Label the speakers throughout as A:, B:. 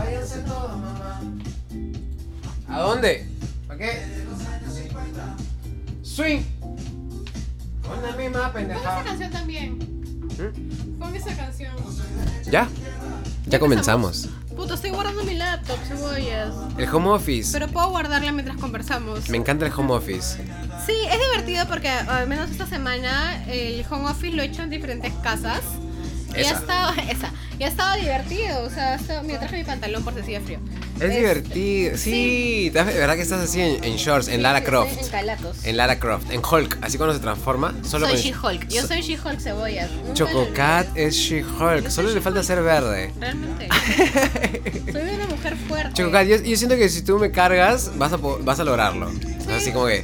A: hacer todo, mamá.
B: ¿A dónde?
A: ¿Para qué?
C: de los años 50.
B: Swing. Con la misma
D: Pon esa
B: pendejada.
D: canción también. Pon esa canción.
B: ¿Mm? Ya. Ya comenzamos.
D: Puto, estoy guardando mi laptop, cebollas.
B: El home office.
D: Pero puedo guardarla mientras conversamos.
B: Me encanta el home office.
D: Sí, es divertido porque al menos esta semana el home office lo he hecho en diferentes casas. Y ha
B: Esa.
D: estado, esa. Y ha estado divertido. O sea, ha estado- mira, traje mi pantalón por si hacía frío.
B: Es
D: Este,
B: divertido. Sí. estás- de ¿Verdad que estás así en, en shorts? En Lara
D: sí, En
B: Croft.
D: calatos.
B: En Lara Croft. En Hulk. Así cuando se transforma. Solo
D: soy
B: con-
D: She-Hulk. Yo
B: so-
D: soy She-Hulk cebollas. Nunca
B: Chococat es She-Hulk.
D: Yo
B: Solo
D: soy
B: le falta ser verde.
D: lo- Realmente. soy una mujer fuerte.
B: Chococat, yo, yo siento que si tú me cargas, vas a, po- vas a lograrlo. O sea, Así como que.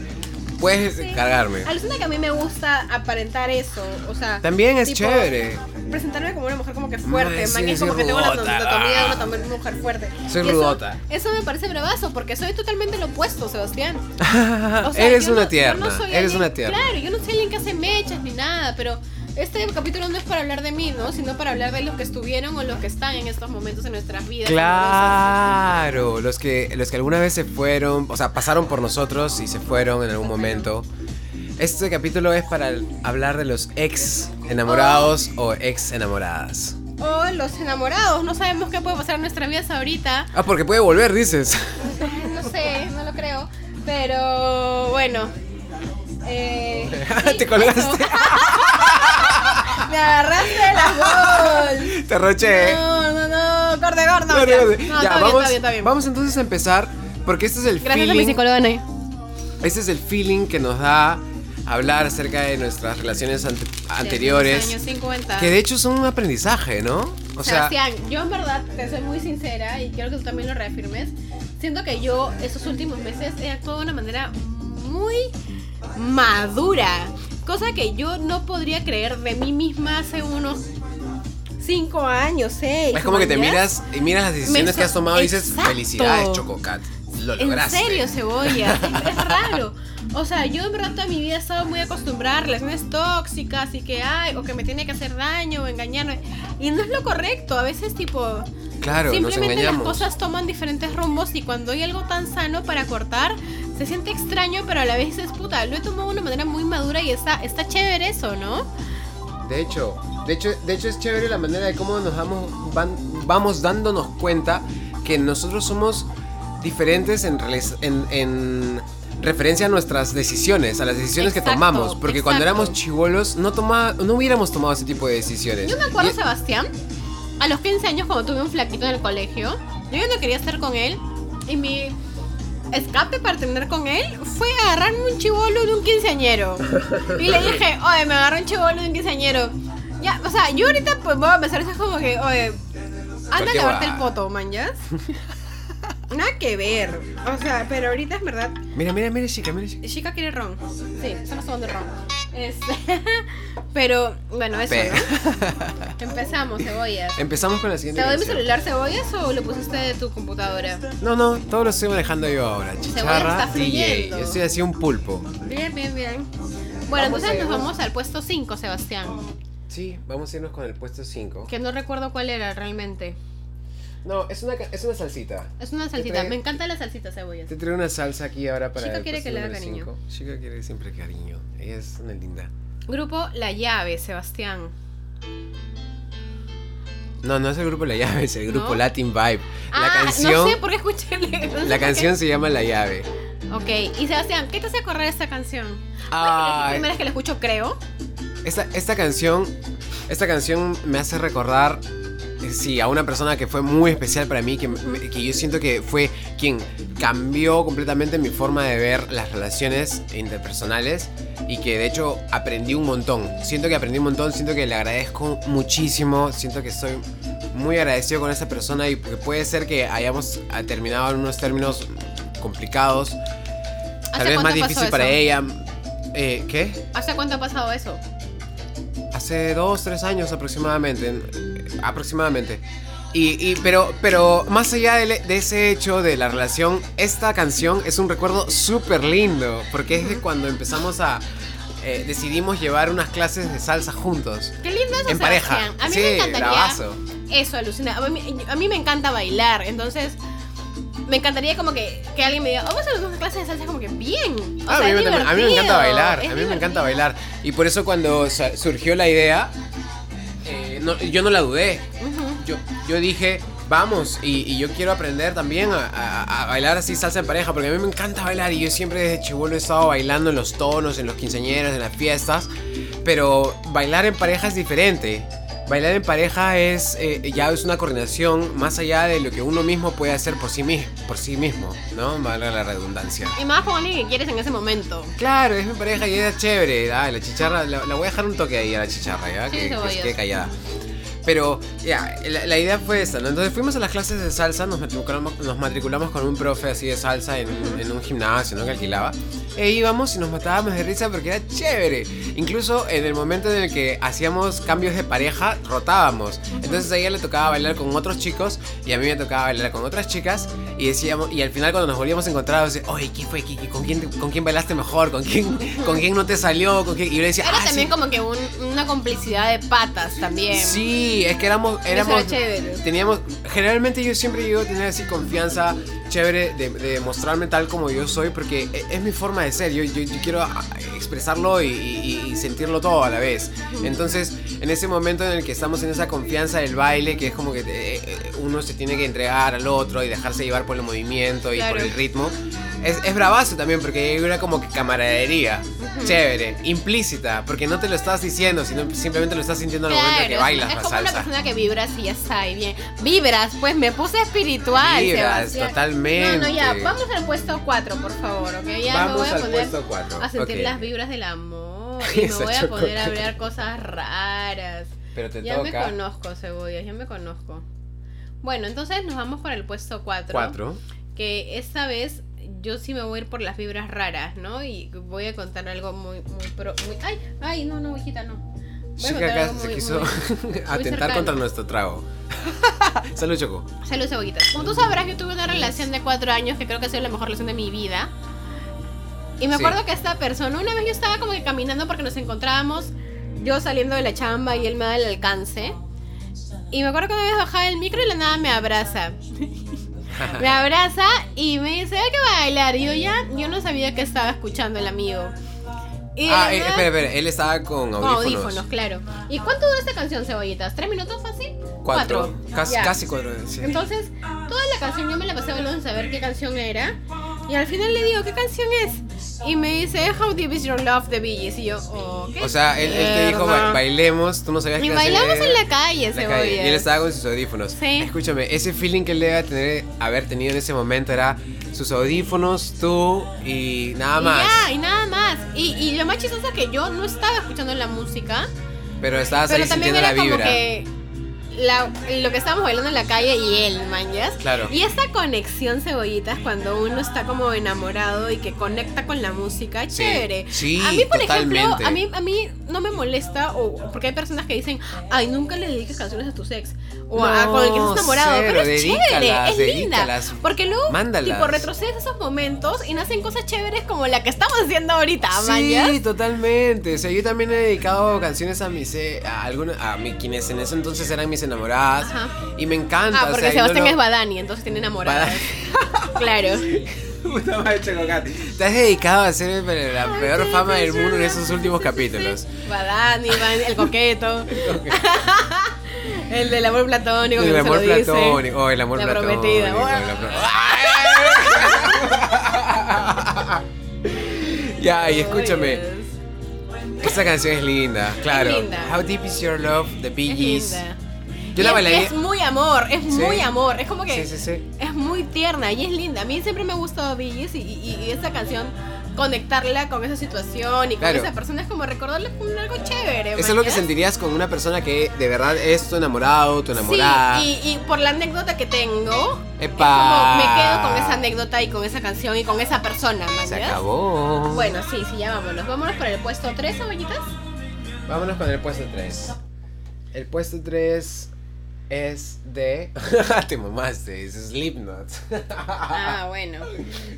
B: Puedes
D: Sí.
B: cargarme.
D: Alucina que a mí me gusta aparentar eso. O sea,
B: También es
D: tipo,
B: chévere.
D: Presentarme como una mujer como que fuerte.
B: Ay,
D: man,
B: sí,
D: es
B: soy
D: como que tengo la
B: rudota,
D: anatomía de
B: ah.
D: una tam- mujer fuerte.
B: Soy
D: Y eso-
B: rudota.
D: Eso, me parece bravazo porque soy totalmente lo opuesto, Sebastián. O sea,
B: eres
D: yo no-
B: una
D: yo
B: tierna.
D: no soy
B: eres
D: alguien-
B: una tierna.
D: Claro, yo no soy alguien que hace mechas ni nada, pero este capítulo no es para hablar de mí, ¿no? Sino para hablar de los que estuvieron o los que están en estos momentos en nuestras vidas.
B: Claro, los que, los que alguna vez se fueron, o sea, pasaron por nosotros y se fueron en algún momento. Este capítulo es para el- hablar de los ex enamorados o ex enamoradas.
D: O los enamorados, no sabemos qué puede pasar en nuestras vidas ahorita.
B: Ah, porque puede volver, dices.
D: No sé, no lo creo. Pero bueno. Eh,
B: Te colgaste.
D: eso. Me agarraste de las gol.
B: Te roché.
D: No, no, no. Corte, corte.
B: Eh. No, no, no.
D: No,
B: Ya,
D: está bien,
B: vamos,
D: está bien, está bien.
B: vamos entonces a empezar porque este es el
D: Gracias a mi
B: feeling,
D: psicóloga Nay.
B: este es el feeling que nos da hablar acerca de nuestras relaciones ante- anteriores,
D: Años 50.
B: que de hecho son un aprendizaje, ¿no? O sea,
D: Sebastián, yo en verdad te soy muy sincera y quiero que tú también lo reafirmes. Siento que yo estos últimos meses he actuado de una manera muy madura. Cosa que yo no podría creer de mí misma hace unos 5 años, 6.
B: Es como que te miras y miras las decisiones que has tomado y dices,
D: Exacto.
B: felicidades, Chococat. Lo
D: En
B: lograste.
D: serio, cebolla. es, es raro. O sea, yo en verdad toda mi vida he estado muy acostumbrada a relaciones tóxicas y que ay, o que me tiene que hacer daño o engañarme. Y no es lo correcto. A veces, tipo,
B: Claro, nos
D: Simplemente las
B: engañamos.
D: cosas toman diferentes rumbos y cuando hay algo tan sano para cortar, se siente extraño, pero a la vez es puta. Lo he tomado de una manera muy madura y está, está chévere eso, ¿no?
B: De hecho, de hecho, de hecho es chévere la manera de cómo nos vamos, van- vamos dándonos cuenta que nosotros somos diferentes en, rela- en- en referencia a nuestras decisiones, a las decisiones
D: Exacto,
B: que tomamos. Porque cuando
D: exacto.
B: éramos chivolos no, toma, no hubiéramos tomado ese tipo de decisiones.
D: Yo me acuerdo,
B: Y-
D: Sebastián, a los 15 años cuando tuve un flaquito en el colegio, yo ya no quería estar con él y mi escape para terminar con él fue agarrarme un chivolo de un quinceañero. Y le dije, oye, me agarró un chivolo de un quinceañero. Ya, o sea, yo ahorita pues voy a empezar eso es como que, oye, anda a
B: Cualquier
D: lavarte el
B: huevada.
D: poto, man, ¿ya? Nada que ver. O sea, pero ahorita es verdad.
B: Mira, mira, mira, chica, mira, chica.
D: Chica quiere ron. Sí, estamos tomando ron. Este, pero, bueno, eso,
B: Pe-
D: ¿no? Empezamos, cebollas.
B: Empezamos con la siguiente.
D: ¿Te doy mi
B: canción.
D: celular cebollas o lo pusiste de tu computadora?
B: No, no, todo lo estoy manejando yo ahora. Chicharra,
D: está
B: DJ.
D: fluyendo.
B: Yo estoy así un pulpo.
D: Bien, bien, bien.
B: Vamos a
D: Bueno, entonces nos
B: irnos.
D: vamos al puesto 5, Sebastián.
B: Sí, vamos a irnos con el puesto 5.
D: Que no recuerdo cuál era realmente.
B: No, es una, ca- es una salsita.
D: Es una salsita.
B: trae-
D: Me encanta la salsita cebollas.
B: Te traigo una salsa aquí ahora para.
D: Chica
B: el
D: quiere
B: puesto
D: que le haga
B: número
D: cariño.
B: cinco. Chica quiere siempre cariño. Ella es una linda.
D: Grupo La Llave, Sebastián.
B: No, no es el grupo La Llave, es el grupo
D: ¿No?
B: Latin Vibe. la
D: ah,
B: canción.
D: no sé por qué escuché. no sé
B: La
D: por
B: canción se llama La Llave.
D: qué. Ok, y Sebastián, ¿qué te hace correr esta canción? Es la
B: Ay,
D: primera vez que la escucho, creo.
B: esta, esta canción. Esta canción me hace recordar. eh, Sí, a una persona que fue muy especial para mí, que, me- que yo siento que fue quien cambió completamente mi forma de ver las relaciones interpersonales y que de hecho aprendí un montón. Siento que aprendí un montón, siento que le agradezco muchísimo, siento que estoy muy agradecido con esa persona y que puede ser que hayamos ah, terminado en unos términos complicados, tal vez más
D: cuánto pasó
B: difícil para
D: eso?
B: ella. Eh, ¿Qué?
D: ¿Hace cuánto ha pasado eso?
B: Hace dos, tres años aproximadamente. eh, Aproximadamente. Y, y- pero, pero más allá del- de, ese hecho de la relación, esta canción es un recuerdo súper lindo. Porque es de cuando empezamos a. eh, decidimos llevar unas clases de salsa juntos.
D: Qué lindo eso,
B: En pareja.
D: Sebastián. A mí
B: sí,
D: me encantaría.
B: bravazo.
D: eso alucina. A mí, a mí me encanta bailar, entonces me encantaría como que, que alguien me diga, "Oh, vamos a una clase de salsa, como que bien. O
B: Ah,
D: sea,
B: a, mí
D: es
B: me, a mí me
D: divertido,
B: encanta bailar, a
D: es
B: mí me
D: divertido.
B: encanta bailar. Y por eso cuando sa- surgió la idea, eh, no- yo no la dudé.
D: Ujú.
B: Yo, yo dije, vamos, y, y yo quiero aprender también a, a- a bailar así salsa en pareja, porque a mí me encanta bailar y yo siempre desde chivolo he estado bailando en los tonos, en los quinceañeros, en las fiestas, pero bailar en pareja es diferente. Bailar en pareja es eh, ya es una coordinación más allá de lo que uno mismo puede hacer por sí, mi- por sí mismo, ¿no? Valga la redundancia.
D: Y más con alguien que quieres en ese momento.
B: Claro, es mi pareja y era chévere. Ah, la chicharra, la, la voy a dejar un toque ahí a la chicharra, ¿ya?
D: Sí,
B: que, que
D: cebollas.
B: se quede callada. Pero, ya, la, la idea fue esa, ¿no? Entonces fuimos a las clases de salsa, nos matriculamos, nos matriculamos con un profe así de salsa en, un- en un gimnasio, ¿no? Que alquilaba. E íbamos y nos matábamos de risa porque era chévere. Incluso en el momento en el que hacíamos cambios de pareja, rotábamos. Entonces a ella le tocaba bailar con otros chicos y a mí me tocaba bailar con otras chicas. Y decíamos, y al final cuando nos volvíamos a encontrar, decíamos, oye, ¿qué fue, Kiki? ¿Con quién, con quién bailaste mejor? ¿Con quién, ¿Con quién no te salió? ¿Con quién? Y yo le decía,
D: Era
B: "Ah, sí,
D: también como que un- una complicidad de patas también.
B: Sí, es que éramos,
D: era
B: éramos
D: chévere.
B: teníamos, generalmente yo siempre llego a tener así confianza chévere de, de mostrarme tal como yo soy porque e- es mi forma de ser, yo, yo- yo quiero ah, expresarlo y, y- y sentirlo todo a la vez. Entonces, en ese momento en el que estamos en esa confianza del baile, que es como que eh, eh, uno se tiene que entregar al otro y dejarse llevar por el movimiento y
D: Claro.
B: por el ritmo, es, es bravazo también porque hay una como que camaradería. Chévere, implícita, porque no te lo estás diciendo, sino simplemente lo estás sintiendo al momento que
D: es-
B: bailas
D: es
B: la
D: como una
B: salsa.
D: persona que vibras y ya está y bien. Vibras, pues me puse espiritual.
B: Vibras,
D: Sebastián.
B: totalmente.
D: No, no, ya, vamos al puesto 4, por favor, ¿ok? Ya me
B: Vamos
D: voy a
B: al
D: poner
B: puesto 4.
D: a sentir las vibras del amor y me
B: Esa
D: voy a
B: chocó.
D: poner a hablar cosas raras.
B: Pero te
D: Ya me
B: toca
D: conozco, Cebollas, ya me conozco. Bueno, entonces nos vamos por el puesto 4.
B: 4.
D: Que esta vez yo sí me voy a ir por las vibras raras, ¿no? Y voy a contar algo muy, muy, pro- muy- Ay, ay, no, no, hijita, no. Voy a
B: Chica
D: contar
B: acá
D: algo
B: se
D: muy-
B: quiso
D: muy-
B: atentar
D: cercano.
B: contra nuestro trago. Salud, Choco.
D: Salud, cebollitas. Como tú sabrás, yo tuve una relación de cuatro años que creo que ha sido la mejor relación de mi vida. Y me
B: Sí.
D: acuerdo que esta persona, una vez yo estaba como que caminando porque nos encontrábamos, yo saliendo de la chamba y él me da el alcance. Y me acuerdo que me había bajado del micro y de la nada me abraza. me abraza y me dice, hay que bailar. Y yo ya, yo no sabía que estaba escuchando el amigo. Y de
B: Ah,
D: la
B: eh,
D: nada-
B: espera, espera. Él estaba con
D: con
B: audífonos.
D: audífonos, claro. ¿Y cuánto dura esta canción, cebollitas? ¿Tres minutos fácil?
B: Cuatro. Casi,
D: Ya.
B: casi cuatro. sí.
D: Entonces, toda la canción yo me la pasé hablando sin saber qué canción era. Y al final le digo, ¿qué canción es? Y me dice, How Deep Is Your Love de Bee Gees. Y yo, oh, ¿qué
B: O sea, él, él te dijo, "Ba-
D: mierda".
B: bailemos. Tú no sabías
D: Y
B: qué hacer.
D: bailamos en la calle,
B: la calle, Y él
D: Cebollas.
B: estaba con sus audífonos.
D: Sí.
B: Escúchame, ese feeling que él debe tener, haber tenido en ese momento era sus audífonos, tú y nada
D: Y
B: más.
D: ya, y nada más. Y, y lo más chistoso es que yo no estaba escuchando la música,
B: Pero estabas
D: pero
B: ahí
D: también
B: Ah, sintiendo
D: era
B: la
D: como
B: vibra.
D: que la- lo que estábamos bailando en la calle y él, manjas.
B: Claro.
D: Y esta conexión, cebollitas, cuando uno está como enamorado y que conecta con la música,
B: Sí,
D: chévere.
B: sí,
D: a mí, por
B: totalmente.
D: ejemplo, a mí, a mí no me molesta, o porque hay personas que dicen, ay, nunca le dediques canciones a tu ex, o a "Ah,
B: No,
D: con el que estás enamorado,
B: cero,
D: pero es chévere,
B: dedícalas,
D: es linda.
B: dedícalas.
D: Porque luego,
B: Mándalas.
D: tipo, retrocedes esos momentos y nacen cosas chéveres como la que estamos haciendo ahorita, manjas.
B: Sí, totalmente. O sea, yo también he dedicado canciones a mis eh, a algunas a mi, quienes en ese entonces eran mis enamoradas
D: Ajá.
B: y me encanta.
D: Ah, porque
B: o sea, yo
D: Sebastián
B: lo-
D: es Badani, entonces tiene enamorada. claro.
B: Puta madre, Chococat. Te has dedicado a hacerme la peor fama del mundo en esos últimos capítulos.
D: Badani, Badani, el coqueto. el del amor platónico. que
B: El
D: no se
B: amor
D: lo dice.
B: platónico, oh, el amor
D: La
B: platónico.
D: prometida.
B: la pro- ¡Ay! ya, y escúchame. Esta canción es linda, claro.
D: linda.
B: How deep is your love, The Bee
D: Es
B: Gees.
D: linda.
B: Yo
D: Y
B: la
D: es-
B: bailaría.
D: Es muy amor, es
B: Sí.
D: muy amor. Es como que
B: Sí, sí, sí.
D: es muy tierna y es linda. A mí siempre me ha gustado Bee Gees y, y, y esta canción conectarla con esa situación y con
B: Claro.
D: esa persona es como recordarle con algo chévere.
B: Eso es lo que
D: ¿mañas?
B: sentirías con una persona que de verdad es tu enamorado, tu enamorada.
D: Sí, y, y por la anécdota que tengo,
B: Epa.
D: es como me quedo con esa anécdota y con esa canción y con esa persona,
B: Se
D: ¿mañas?
B: acabó.
D: Bueno, sí, sí, ya vámonos. Vámonos para el puesto 3, abuelitas.
B: Vámonos con el puesto 3. El puesto 3. es de. Te mamaste, es Slipknot.
D: Ah, bueno.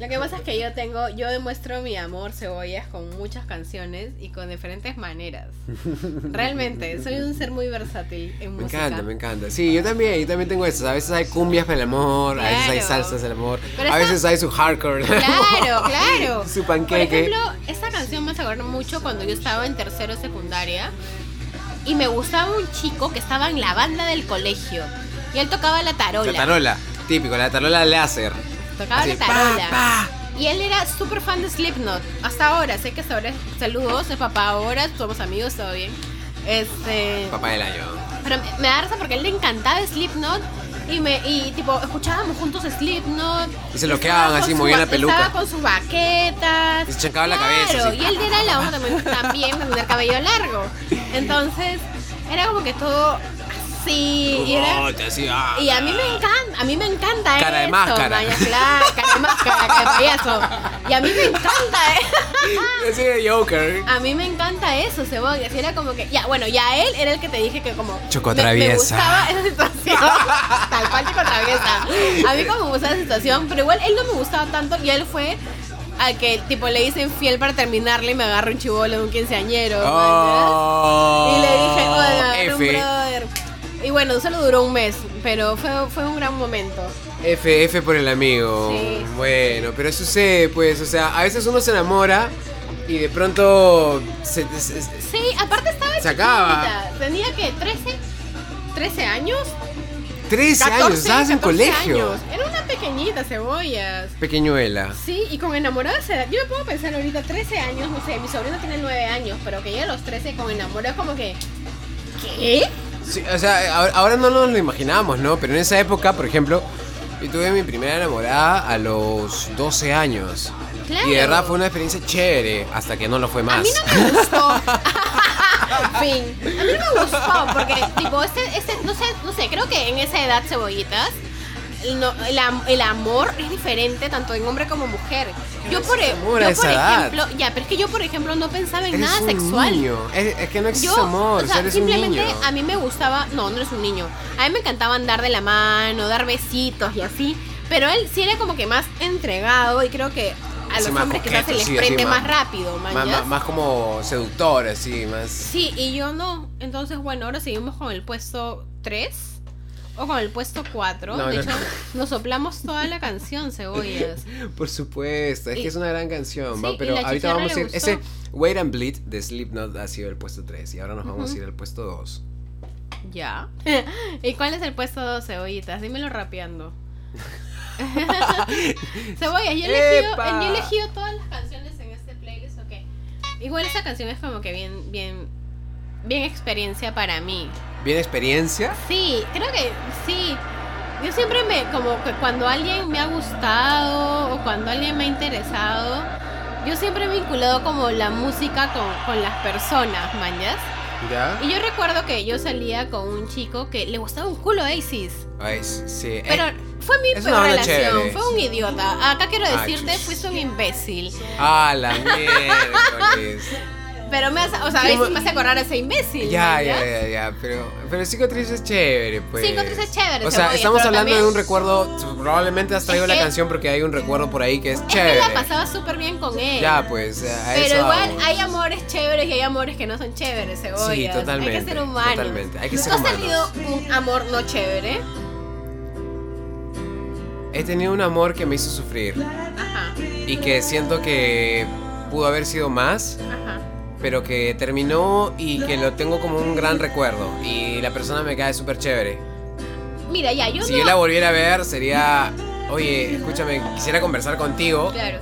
D: Lo que pasa es que yo tengo, yo demuestro mi amor cebollas con muchas canciones y con diferentes maneras. Realmente, soy un ser muy versátil en
B: Me
D: música.
B: encanta, me encanta. Sí, yo también, yo también tengo eso. A veces hay cumbias para el amor, a veces hay
D: Claro.
B: salsas del amor,
D: Pero
B: a
D: esa-
B: veces hay su hardcore.
D: Claro, claro.
B: Su
D: Por
B: panqueque.
D: ejemplo, esta canción me hace acordar mucho cuando yo estaba en tercero de secundaria y me gustaba un chico que estaba en la banda del colegio y él tocaba la tarola.
B: La tarola, típico, la tarola láser.
D: Tocaba
B: Así,
D: la tarola.
B: pa,
D: Y él era súper fan de Slipknot. Hasta ahora, sé que hasta ahora es- saludos, es papá ahora, somos amigos, todo bien. Este.
B: Papá del año.
D: Pero me- me da risa porque a él le encantaba Slipknot. Y, me, y tipo, escuchábamos juntos Slipknot.
B: Y se loqueaban
D: Estaba
B: así,
D: con su
B: movían la
D: ba-
B: peluca.
D: Estaba con sus baquetas.
B: Y se chancaba la cabeza,
D: Claro,
B: así.
D: y él era la onda también, también de tener cabello largo. Entonces, era como que todo así. Y, era-
B: Rubote, así, ah.
D: y a mí me encanta, a mí me encanta
B: Cara de
D: eso,
B: máscara.
D: maña, claro, cara de máscara, cara de payaso. Y a mí me encanta, eh.
B: Así de Joker.
D: A mí me encanta eso, cebollas. Y era como que. Ya, bueno, ya él era el que te dije que como.
B: Choco
D: me- me,
B: traviesa.
D: gustaba esa situación. Tal cual choco traviesa. A mí como me gustaba esa situación, pero igual él no me gustaba tanto y él fue. al que tipo le dicen fiel para terminarle y me agarra un chivolo de un quinceañero. ¿no?
B: Oh,
D: Y le dije, hola, un
B: F,
D: brother. Y bueno, solo duró un mes, pero fue, fue un gran momento.
B: F, F por el amigo.
D: Sí.
B: Bueno, pero sucede, pues, o sea, a veces uno se enamora y de pronto se, se- se-
D: Sí, aparte estaba
B: Se acaba.
D: chiquita. Tenía que 13, 13 años.
B: 13 años, estabas en
D: 14
B: colegio.
D: años. Era una pequeñita, cebollas.
B: Pequeñuela.
D: Sí, y con enamorados se da- Yo me puedo pensar ahorita, 13 años, no sé, mi sobrino tiene 9 años, pero que ya a los 13 con enamorados como que. ¿Qué?
B: Sí, o sea, ahora- ahora no nos lo imaginábamos, ¿no? Pero en esa época, por ejemplo, yo tuve mi primera enamorada a los 12 años.
D: Claro.
B: Y de verdad fue una experiencia chévere, hasta que no lo fue más.
D: A mí no me gustó. fin. A mí no me gustó porque, tipo, este, este, no sé, no sé, creo que en esa edad, cebollitas, no- el, am- el amor es diferente tanto en hombre como mujer. Yo por, e-
B: amor a
D: yo
B: esa
D: por
B: edad?
D: ejemplo, ya, pero es que yo por ejemplo no pensaba en
B: Eres
D: nada
B: un
D: sexual.
B: niño. Es, es que no existe
D: Yo,
B: amor,
D: o
B: o
D: sea,
B: sea, eres un
D: simplemente
B: niño.
D: a mí me gustaba, no, no eres un niño. A mí me encantaba andar de la mano, dar besitos y así. Pero él sí era como que más entregado y creo que a
B: Sí,
D: los
B: más
D: hombres quizás se
B: coqueto,
D: les
B: sí, así,
D: prende
B: más-
D: más rápido,
B: Má-
D: mañas.
B: má- Más, como seductor, así, más...
D: Sí, y yo no. Entonces, bueno, ahora seguimos con el puesto 3 o con el puesto 4.
B: No,
D: de
B: no,
D: hecho, nos soplamos toda la canción, cebollas.
B: Por supuesto, es
D: Y-
B: que es una gran canción,
D: Sí,
B: va,
D: y
B: pero
D: la
B: ahorita
D: chicharra
B: vamos a
D: le
B: ir...
D: gustó.
B: Ese Wait and Bleed de Slipknot ha sido el puesto 3 y ahora nos vamos a
D: Ujú.
B: ir al puesto 2.
D: Ya. ¿Y cuál es el puesto 2, cebollitas? Dímelo rapeando. cebollas, yo he, elegido,
B: ¡Epa!
D: yo he elegido todas las canciones en este playlist, ok. Igual esa canción es como que bien, bien, bien experiencia para mí.
B: ¿Bien experiencia?
D: Sí, creo que sí. Yo siempre me, como que cuando alguien me ha gustado o cuando alguien me ha interesado, yo siempre he vinculado como la música con, con las personas, mañas.
B: ¿Ya?
D: Y yo recuerdo que yo salía con un chico que le gustaba un culo Aces.
B: Ay, sí. eh,
D: Pero fue mi
B: es una
D: peor
B: banda
D: relación,
B: chévere.
D: fue un idiota. Acá quiero
B: Ah,
D: decirte,
B: chus.
D: fuiste un imbécil.
B: ¡Ah, la miércoles!
D: Pero me hace, o sea, a
B: Sí,
D: veces
B: ma-
D: me hace acordar a ese imbécil.
B: Ya,
D: mañas.
B: ya, ya, ya, pero, pero Psicotriz es chévere, pues.
D: Psicotriz es chévere,
B: O sea,
D: cebollas,
B: estamos
D: pero
B: hablando de
D: también-
B: un recuerdo, probablemente has traído
D: Es
B: la
D: que-
B: canción porque hay un recuerdo por ahí que es
D: Es que
B: chévere.
D: la pasaba súper bien con él.
B: Ya, pues, a eso
D: Pero igual
B: vamos.
D: hay amores chéveres y hay amores que no son chéveres, cebollas.
B: Sí, totalmente,
D: Hay que ser humanos.
B: totalmente. Hay que
D: ¿Nunca
B: ser
D: has tenido un amor no chévere?
B: He tenido un amor que me hizo sufrir
D: Ajá,
B: y que siento que pudo haber sido más,
D: ajá.
B: pero que terminó y que lo tengo como un gran recuerdo y la persona me cae súper chévere.
D: Mira, ya, yo
B: Si
D: no...
B: yo la volviera a ver sería, oye, escúchame, quisiera conversar contigo
D: Claro.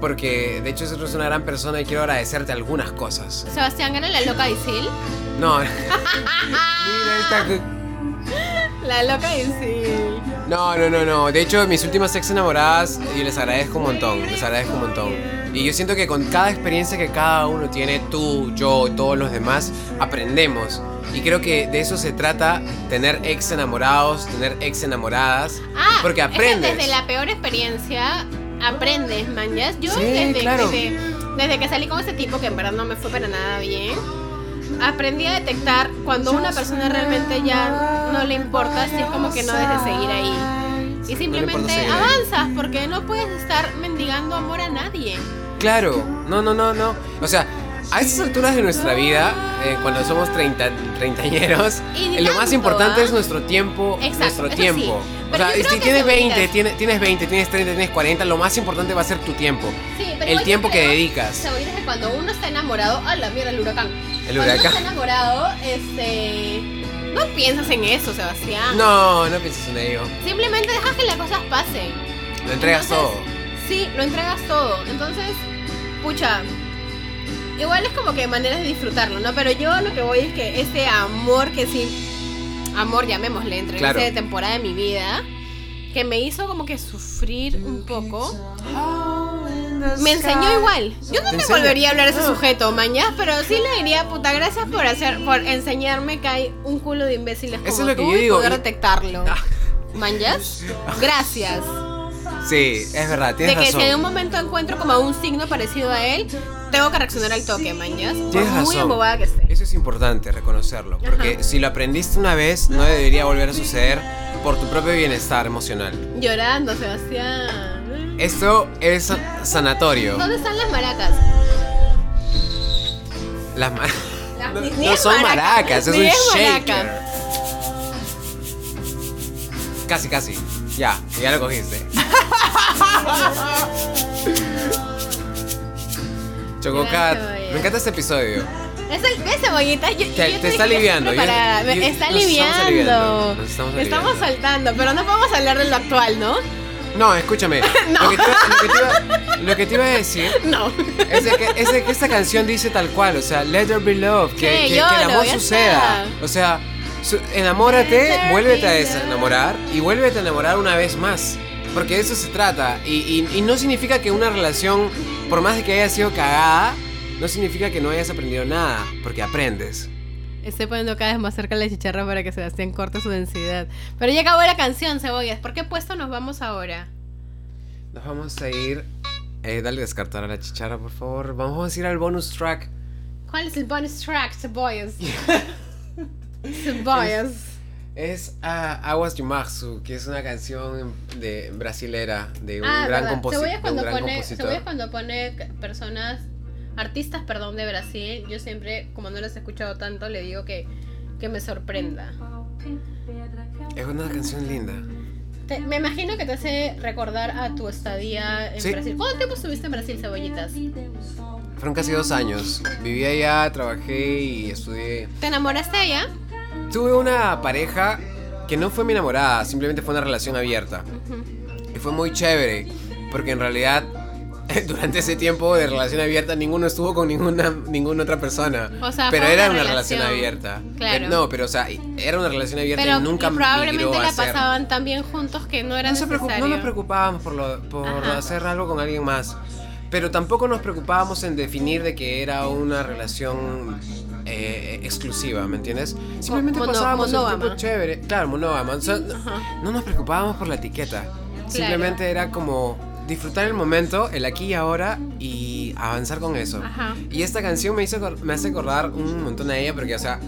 B: porque de hecho eres una gran persona y quiero agradecerte algunas cosas.
D: Sebastián era la loca Isil.
B: No. Mira esta cu-
D: La loca Isil.
B: No, no, no, no. De hecho, mis últimas ex enamoradas, y les agradezco un montón, les agradezco un montón. Y yo siento que con cada experiencia que cada uno tiene, tú, yo, todos los demás, aprendemos. Y creo que de eso se trata, tener ex enamorados, tener ex enamoradas,
D: Ah,
B: porque
D: es que
B: aprendes.
D: desde la peor experiencia aprendes, mañas. Yo
B: Sí,
D: desde,
B: claro.
D: desde, desde que salí con ese tipo que en verdad no me fue para nada bien. aprendí a detectar cuando una persona realmente ya no le importa si es como que no debes de seguir ahí. Y simplemente
B: seguir ahí.
D: avanzas porque no puedes estar mendigando amor a nadie.
B: Claro, no, no, no, no. O sea, a estas alturas de nuestra vida, eh, cuando somos 30, treintañeros,
D: Y ni
B: eh, lo más
D: tanto,
B: importante
D: ¿ah?
B: es nuestro tiempo,
D: Exacto,
B: nuestro
D: eso
B: tiempo.
D: sí.
B: O
D: Pero
B: sea,
D: yo creo
B: si
D: que
B: tienes
D: te
B: 20,
D: ubicas.
B: tienes, tienes 20, tienes 30, tienes 40, lo más importante va a ser tu tiempo,
D: Sí, pero
B: el tiempo que
D: dedicas
B: dedicas.
D: Sabrina que cuando uno está enamorado, a la mierda el huracán.
B: El
D: Cuando uno
B: huracán.
D: está enamorado, este, no piensas en eso, Sebastián.
B: No, no pienses en ello.
D: Simplemente dejas que las cosas pasen.
B: Lo entregas todo.
D: Entonces, Sí, lo entregas todo. Entonces, pucha. Igual es como que maneras de disfrutarlo, ¿no? Pero yo lo que voy es que este amor que sí, amor llamémosle, entre
B: Claro.
D: esa temporada de mi vida, que me hizo como que sufrir un poco, me enseñó igual. Yo no
B: Te
D: te
B: enseña.
D: volvería a hablar a ese sujeto, mañana, pero sí le diría, puta, gracias por hacer, por enseñarme que hay un culo de imbéciles como
B: Eso es lo que
D: tú
B: yo
D: y
B: digo,
D: poder
B: y- Ah.
D: detectarlo. ¿Mañas? Gracias.
B: Sí, es verdad,
D: De
B: tienes
D: que si en un
B: razón.
D: momento encuentro como un signo parecido a él, tengo que reaccionar al toque, mañas. Por
B: Tienes
D: muy
B: razón.
D: embobada que esté.
B: Eso es importante reconocerlo,
D: Ajá.
B: porque si lo aprendiste una vez, no debería volver a suceder por tu propio bienestar emocional.
D: Llorando, Sebastián.
B: Esto es sanatorio.
D: ¿Dónde están las maracas?
B: Las ma-
D: Las-
B: no,
D: ni-
B: no
D: ni es
B: son
D: maraca,
B: maracas, es
D: ni
B: un
D: es
B: shaker.
D: maraca.
B: Casi, casi. Ya, ya lo cogiste. Chococat,
D: Gracias,
B: me encanta este episodio.
D: Es el ¿ves, cebollita. Yo,
B: Te-
D: yo
B: te
D: dije
B: está
D: que yo
B: aliviando,
D: estoy
B: yo-
D: preparada. Me-
B: yo-
D: está
B: nos estamos aliviando,
D: aliviando.
B: nos estamos
D: Estamos
B: aliviando.
D: saltando, pero no podemos hablar del actual, ¿no?
B: No, escúchame.
D: No.
B: Lo, que te, lo que te iba, lo que te iba a decir
D: No.
B: es de, que, es de que esta canción dice tal cual, o sea, let there be love, que,
D: Sí,
B: que- que el
D: lloro,
B: amor
D: ya
B: suceda.
D: está.
B: O sea, su- enamórate,
D: Let there
B: vuélvete a
D: be
B: desenamorar y vuélvete a enamorar una vez más. Porque de eso se trata. Y, y- y no significa que una relación, por más de que haya sido cagada, no significa que no hayas aprendido nada, porque aprendes.
D: Estoy poniendo cada vez más cerca la chicharra para que Sebastián corte su densidad. Pero ya acabó la canción, cebollas. ¿Por qué puesto nos vamos ahora?
B: Nos vamos a ir. Eh, dale descartar a la chichara, por favor. Vamos a ir al bonus track.
D: ¿Cuál es el bonus track, Cebollas? Cebollas.
B: Es ah, Aguas Yumaxu, que es una canción de brasilera de un
D: Ah,
B: gran,
D: verdad.
B: composi- de
D: Cebollas
B: un
D: cuando
B: gran
D: pone,
B: compositor.
D: Cebollas cuando pone c- personas, artistas, perdón, de Brasil, yo siempre, como no los he escuchado tanto, le digo que, que me sorprenda.
B: Es una canción linda.
D: Te- me imagino que te hace recordar a tu estadía en
B: Sí.
D: Brasil. ¿Cuánto tiempo estuviste en Brasil, Cebollitas?
B: Fueron casi dos años. Viví allá, trabajé y estudié.
D: ¿Te enamoraste allá?
B: Tuve una pareja que no fue mi enamorada, simplemente fue una relación abierta. Y fue muy chévere, porque en realidad durante ese tiempo de relación abierta ninguno estuvo con ninguna, ninguna otra persona.
D: O sea,
B: pero
D: fue
B: era
D: una
B: una relación,
D: relación.
B: abierta.
D: Claro.
B: Pero- no, pero o sea, era una relación abierta
D: Pero
B: y nunca migró
D: probablemente
B: a
D: la
B: ser-
D: pasaban tan bien juntos que no era
B: no, se preocup-
D: necesario.
B: no nos preocupábamos por, lo- por
D: Ajá.
B: hacer algo con alguien más. Pero tampoco nos preocupábamos en definir de que era una relación eh, exclusiva, ¿me entiendes? Simplemente
D: mono-
B: pasábamos un
D: monógama.
B: tiempo chévere. Claro, monógama. O sea, no,
D: Ajá.
B: no nos preocupábamos por la etiqueta. Simplemente era como disfrutar el momento, el aquí y ahora, y avanzar con eso.
D: Ajá.
B: Y esta canción me, hizo, acor- me hace acordar un montón a ella porque, o sea,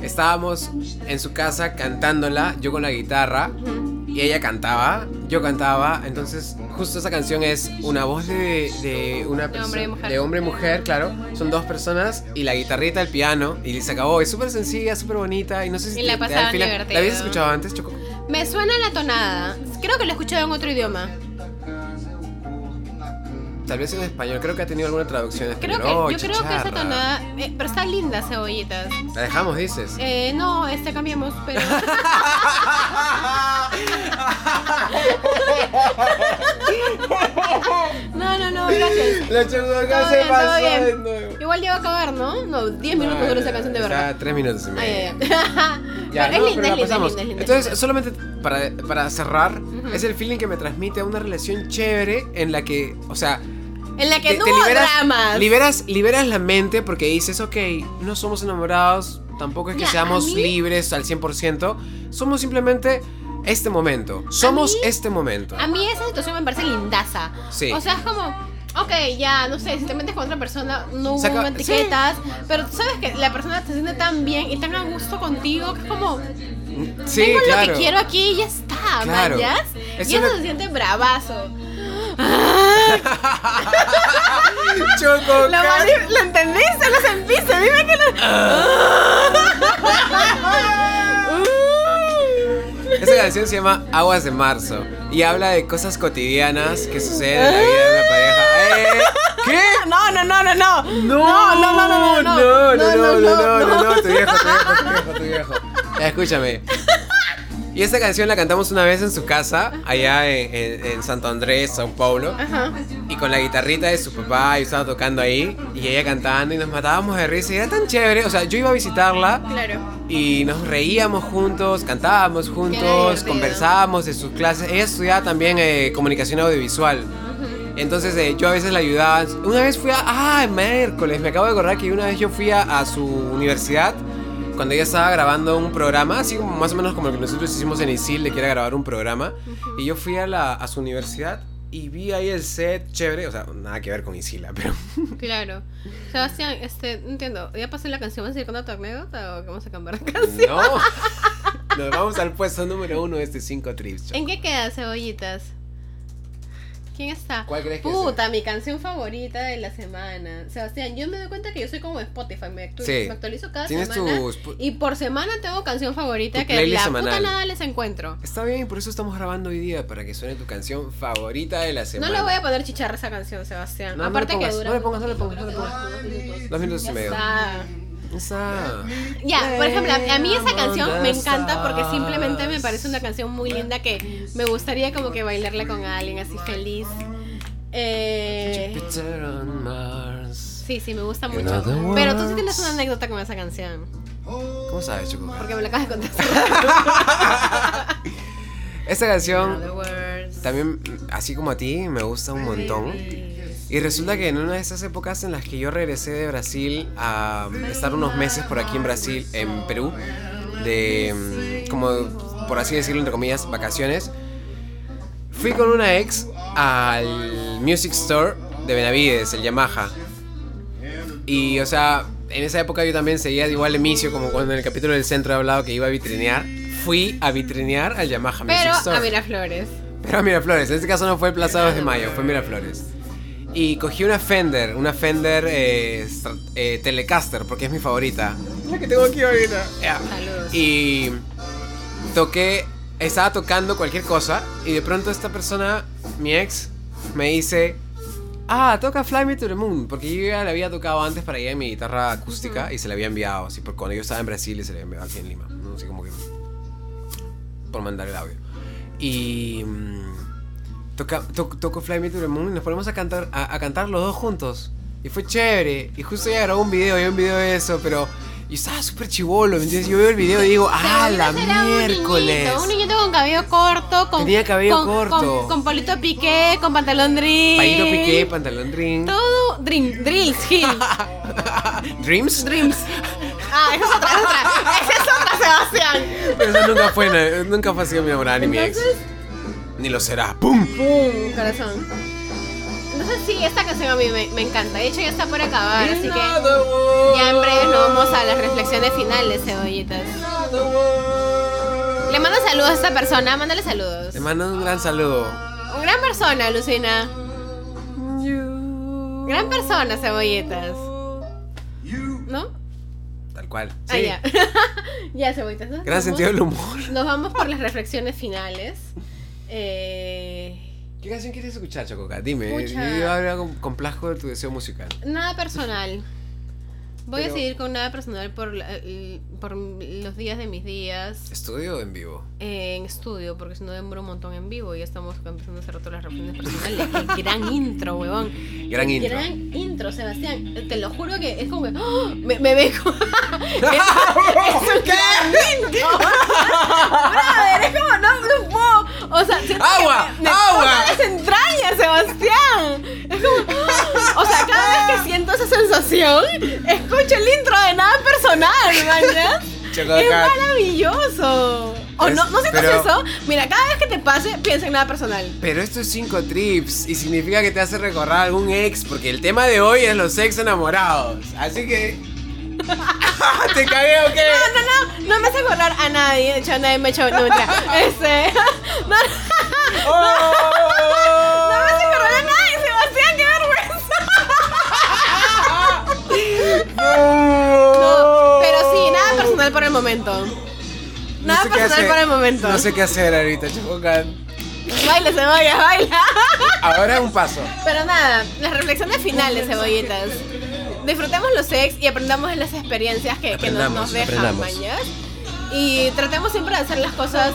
B: estábamos en su casa cantándola, yo con la guitarra,
D: Ujú.
B: y ella cantaba, yo cantaba, entonces justo esa canción es una voz de, de una
D: De hombre y mujer.
B: perso- de hombre y mujer, claro, son dos personas y la guitarrita, el piano y se acabó, es súper sencilla, súper bonita y no sé si
D: Y
B: te- te
D: la
B: da el
D: pasaban
B: feeling-
D: divertido.
B: ¿La habías escuchado antes, Choco?
D: Me suena la tonada. Creo que lo he escuchado en otro idioma.
B: Tal vez en español, creo que ha tenido alguna traducción en
D: Creo
B: español.
D: que,
B: ¡Oh,
D: yo creo que
B: chicharra!
D: esa tonada. eh, pero está linda, cebollitas.
B: La dejamos, dices.
D: Eh, no, este cambiamos, pero. no, no, no, gracias.
B: La Choco acá
D: Todo
B: se
D: bien, todo
B: pasó
D: bien.
B: de nuevo.
D: Igual lleva a acabar, ¿no? No, 10 minutos
B: No,
D: dura
B: no,
D: esa canción de
B: está
D: verdad.
B: tres minutos y medio.
D: Ay, ay, ay. Pero
B: no,
D: es
B: pero
D: linda, es
B: la
D: linda, es
B: pasamos.
D: linda, es linda.
B: Entonces, solamente para, para cerrar,
D: Ujú.
B: es el feeling que me transmite a una relación chévere en la que, o sea,
D: en la que
B: te-
D: no
B: te
D: hubo
B: liberas-
D: dramas.
B: liberas, liberas la mente porque dices, ok, no somos enamorados, tampoco es que
D: Ya, a
B: seamos
D: mí-
B: libres al 100%, somos simplemente este momento, somos este momento.
D: A mí esa situación me parece lindaza.
B: Sí.
D: O sea, es como, Ok, ya, no sé, si te metes con otra persona, no hubo
B: Saca-
D: etiquetas, pero tú sabes que la persona se siente tan bien y tan a gusto contigo que es como,
B: Sí,
D: tengo
B: claro.
D: lo que quiero aquí y ya está,
B: Claro.
D: ¿mayas?
B: Es
D: y eso
B: una-
D: se siente bravazo.
B: Choco,
D: Lo,
B: Cat.
D: mani- ¿Lo entendiste? Lo sentiste, dime que
B: Ah.
D: lo...
B: Esa canción se llama Aguas de Marzo y habla de cosas cotidianas que suceden en la vida de una pareja. ¡Eh! ¿Qué?
D: No, no, no, no, no.
B: No,
D: no, no,
B: no, no,
D: no, no,
B: no, no, no,
D: no,
B: no, tu viejo, tu viejo, tu viejo, tu viejo. Ya, escúchame. Y esta canción la cantamos una vez en su casa, allá en, en- en Santo Andrés, Sao Paulo.
D: Ajá.
B: Y con la guitarrita de su papá, yo estaba tocando ahí, y ella cantando, y nos matábamos de risa, y era tan chévere. O sea, yo iba a visitarla,
D: Claro.
B: y nos reíamos juntos, cantábamos juntos,
D: divertido.
B: conversábamos de sus clases. Ella estudiaba también eh, comunicación audiovisual. Entonces eh, yo a veces la ayudaba. Una vez fui a... ¡Ah, miércoles! Me acabo de acordar que una vez yo fui a, a su universidad cuando ella estaba grabando un programa, así como más o menos como el que nosotros hicimos en ISIL, de que era grabar un programa. Y yo fui a, la, a su universidad y vi ahí el set chévere. O sea, nada que ver con ISIL, ah, pero...
D: Claro. Sebastián, este, no entiendo. ¿Ya pasó la canción? ¿Vas a ir con tu anécdota o vamos a cambiar de canción?
B: No. Nos vamos al puesto número uno de este 5 trips. Choco.
D: ¿En qué queda cebollitas? ¿Quién está?
B: ¿Cuál crees que
D: Puta, mi canción favorita de la semana. Sebastián, yo me doy cuenta que yo soy como Spotify, me, actu-
B: Sí.
D: me actualizo cada
B: Tienes
D: semana.
B: tus pu-
D: Y por semana tengo canción favorita
B: Tu
D: que
B: playlist
D: la puta
B: semanal.
D: nada les encuentro.
B: Está bien, por eso estamos grabando hoy día, para que suene tu canción favorita de la semana.
D: No le voy a poner chicharra a esa canción, Sebastián.
B: No, no le
D: Aparte
B: pongas,
D: que dura.
B: no le pongas, no le
D: poquito,
B: pongas, no
D: creo
B: le
D: que dura unos minutos.
B: Dos minutos y
D: Ya
B: medio.
D: está.
B: Esa.
D: Ya, por ejemplo, a a mí esa canción me encanta porque simplemente me parece una canción muy linda que me gustaría como que bailarla con alguien así feliz. Eh,
B: Jupiter on Mars.
D: sí, sí, me gusta
B: In
D: mucho.
B: other words.
D: Pero tú sí tienes una anécdota con esa canción,
B: ¿Cómo sabes, Choco?
D: porque me la acabas de contar.
B: Esta canción
D: words.
B: también, así como a ti, me gusta un montón. Y resulta que en una de esas épocas en las que yo regresé de Brasil a estar unos meses por aquí en Brasil, en Perú, de mm, como por así decirlo entre comillas, vacaciones, fui con una ex al Music Store de Benavides, el Yamaha. Y o sea, en esa época yo también seguía de igual emicio como cuando en el capítulo del centro he hablado que iba a vitrinear. Fui a vitrinear al Yamaha Music
D: Pero
B: Store.
D: a Miraflores.
B: Pero a Miraflores, en este caso no fue Plaza 2 de Mayo, fue Miraflores. Y cogí una Fender, una Fender eh, Strat- eh, Telecaster, porque es mi favorita. La que tengo aquí ahorita. Ya.
D: Saludos.
B: Y toqué, estaba tocando cualquier cosa y de pronto esta persona, mi ex, me dice, ah, toca Fly Me to the Moon, porque yo ya la había tocado antes para ir en mi guitarra acústica y se la había enviado, así, por cuando yo estaba en Brasil y se la había enviado aquí en Lima, no sé cómo que, por mandar el audio. Y mm, toca, to- toco Fly Me to the Moon y nos ponemos a cantar, a, a cantar los dos juntos. Y fue chévere. Y justo ella grabó un video, yo un video de eso, pero... Y estaba súper chivolo, ¿me entiendes? Yo veo el video y digo, ¡ah,
D: Pero
B: la
D: antes era un
B: miércoles!
D: niñito, Un niñito con cabello corto, con.
B: Tenía cabello
D: con- con-
B: corto.
D: Con, polito piqué, con pantalón drill.
B: Paíto piqué, pantalón dream.
D: Todo dream, drills, hill.
B: ¿Dreams?
D: Dreams. Ah, esa es otra, esa es otra. Esa es otra, Sebastián.
B: Pero eso nunca fue, na- nunca fue así mi enamorada ni mi ex.
D: Entonces-
B: Ni lo será. ¡Pum!
D: Pum, corazón. Entonces sí, esta canción a mí me, me encanta. De hecho, ya está por acabar, así que ya en breve nos vamos a las reflexiones finales, cebollitas. Le mando saludos a esta persona, mándale saludos.
B: Te mando un gran saludo.
D: Un gran persona, Lucina. Gran persona, cebollitas. ¿No?
B: Tal cual.
D: Ah,
B: Sí.
D: ya. ya, cebollitas. ¿no?
B: Gran
D: Nos
B: sentido
D: vamos-
B: del humor.
D: Nos vamos por las reflexiones finales. Eh.
B: ¿Qué canción quieres escuchar, Chococa? Dime.
D: Pucha.
B: Yo ahora com- complazco de tu deseo musical.
D: Nada personal. Voy
B: Pero-
D: a seguir con nada personal por, la- l- por los días de mis días
B: ¿Estudio o en vivo?
D: eh, en estudio, porque si no demoro un montón en vivo y ya estamos empezando a hacer rato las reuniones personales. Qué gran intro, huevón.
B: Gran intro.
D: Gran intro, Sebastián. Te lo juro que es como que ¡oh! me, me vengo. es, es un gran intro. Brother, es como no, no puedo. O sea, siento que
B: Agua,
D: me- me
B: agua.
D: corta las entrañas, Sebastián. Es como, ¡oh! o sea, cada vez que siento esa sensación, escucho el intro de nada personal, ¿verdad?
B: Chococa.
D: Es maravilloso. ¿O
B: Es-
D: no? ¿No sientes
B: Oh, Pues, pero-
D: eso? Mira, cada vez que te pase, piensa en nada personal.
B: Pero esto es cinco trips y significa que te hace recordar a algún ex, porque el tema de hoy es los ex enamorados. Así que. ¿Te cagué o qué?
D: No, no, no, no me hace acordar a nadie. De hecho, nadie me ha hecho. No, mentira. Este. No, no
B: ¡Oh!
D: me hace acordar a nadie, Sebastián, qué vergüenza.
B: Oh.
D: No, pero sí, nada personal por el momento.
B: No
D: Nada
B: sé qué
D: personal
B: hacer-
D: por el momento.
B: No sé qué hacer ahorita, Chococan.
D: Baila, cebolla, baila.
B: Ahora un paso.
D: Pero nada, las reflexiones finales, cebollitas. Disfrutemos los sex y aprendamos de las experiencias que, que nos, nos
B: Aprendamos,
D: dejan
B: aprendamos.
D: mañas. Y tratemos siempre de hacer las cosas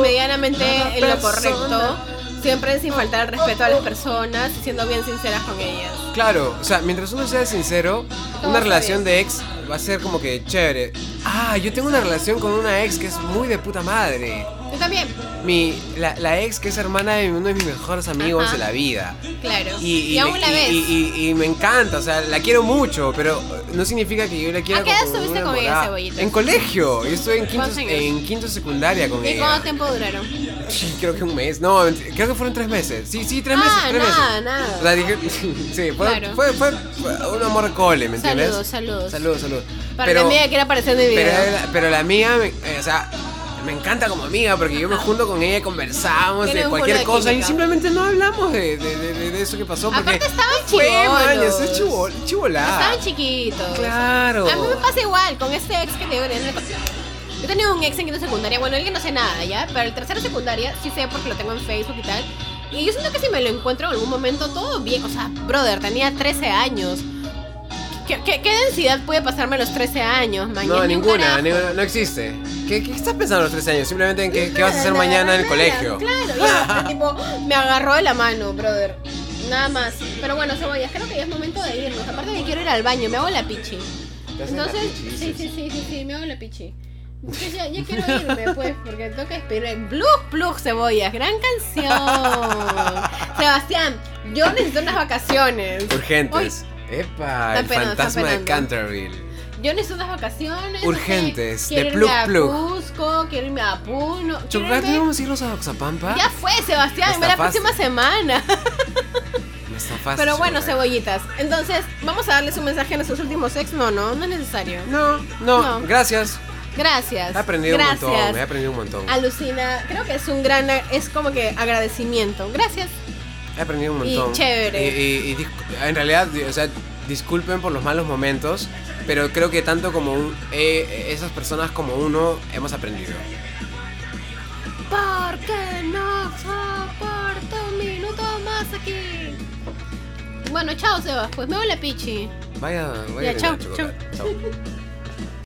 D: medianamente en lo correcto. Siempre sin faltar el respeto a las personas y siendo bien sinceras con ellas.
B: Claro, o sea, mientras uno sea sincero,
D: Todo
B: una
D: está
B: relación de ex va a ser como que chévere. Ah, yo tengo una relación con una ex que es muy de puta madre.
D: Yo también,
B: Mi, la, la ex que es hermana de uno de mis mejores amigos
D: Ajá.
B: de la vida.
D: claro.
B: Y, y,
D: aún la
B: y-
D: ves.
B: y- y- y me encanta, o sea, la quiero mucho, pero no significa que yo la quiera
D: ¿A Ah, qué edad
B: como
D: estuviste
B: una
D: con ella,
B: morada.
D: Cebollita?
B: En colegio, yo estuve en
D: ¿Cuántos
B: quinto,
D: años?
B: en quinto secundaria con
D: ¿Y
B: ella.
D: cuánto tiempo duraron?
B: Sí, creo que un mes. No, ent- creo que fueron tres meses. Sí, sí, tres
D: Ah,
B: meses, tres
D: nada,
B: meses.
D: nada.
B: O sea, dije, sí, fue,
D: Claro.
B: fue, fue- fue un amor cole, ¿me entiendes?
D: Saludos, saludos.
B: Saludos, saludos.
D: Para
B: pero,
D: mi amiga que quiere aparecer en el video.
B: pero, la- pero la mía, me- eh, o sea, me encanta como amiga porque yo me junto con ella, conversamos
D: Tienen
B: de
D: un
B: cualquier
D: culo de
B: cosa y
D: química.
B: simplemente no hablamos de, de- de- de eso que pasó porque
D: Aparte estaban
B: fue, man, eso es
D: chivolos.
B: chivol- chivolada.
D: Estaban chiquitos.
B: Ah. Claro.
D: A mí me pasa igual con este ex que te digo que tenía en el co- Yo tenía un ex en quinto secundaria, bueno, él que no sé nada, ¿ya? Pero el tercero secundaria sí sé porque lo tengo en Facebook y tal. Y yo siento que si me lo encuentro en algún momento, todo bien. O sea, brother, tenía 13 años. ¿Qué, qué, qué densidad puede pasarme a los 13 años, mañana?
B: No, ninguna, ninguna, no existe. ¿Qué, qué estás pensando a los tres años? Simplemente en qué, qué vas a hacer mañana en el colegio.
D: Claro, y aparte, tipo, me agarró de la mano, brother. Nada más. Pero bueno, cebollas, creo que ya es momento de irnos. Aparte que quiero ir al baño, me hago la pichi.
B: Te haces la
D: Entonces,
B: pichi,
D: sí,
B: dices.
D: sí, sí, sí, sí, me hago la pichi. Entonces ya, ya quiero irme, pues, porque tengo que despedirme. Blue Plug Cebollas, gran canción. Sebastián, yo necesito unas vacaciones.
B: Urgentes. Epa,
D: Está
B: el
D: penando, está
B: fantasma de
D: penando.
B: Canterville.
D: Oye, Yo necesito unas vacaciones.
B: Urgentes,
D: no sé,
B: de
D: quiero irme
B: Plug Plug.
D: a Cusco, quiero irme a Puno. quiero
B: Chocolate,
D: irme-
B: ¿no vamos a irnos a Oxapampa?
D: Ya fue, Sebastián,
B: ¿ah? Está
D: ve la
B: fácil.
D: próxima semana.
B: No está fácil. ¿eh?
D: Pero bueno,
B: Chocolate.
D: cebollitas. Entonces, vamos a darles un mensaje a nuestros últimos ex. No, no, no es necesario.
B: No, no,
D: No.
B: gracias.
D: Gracias.
B: He aprendido
D: Gracias.
B: un montón, ¿eh? he aprendido un montón.
D: Alucina, creo que es un gran, es como que agradecimiento. Gracias.
B: He aprendido un
D: Y
B: montón.
D: chévere.
B: Y, y- y dis- en realidad, di- o sea, disculpen por los malos momentos, pero creo que tanto como un- eh, esas personas como uno hemos aprendido.
D: Porque no soporto un minuto más aquí. Bueno, chao, Sebas. Pues me voy a la pichi.
B: Vaya, vaya.
D: Ya, chao,
B: Chocolate. chao.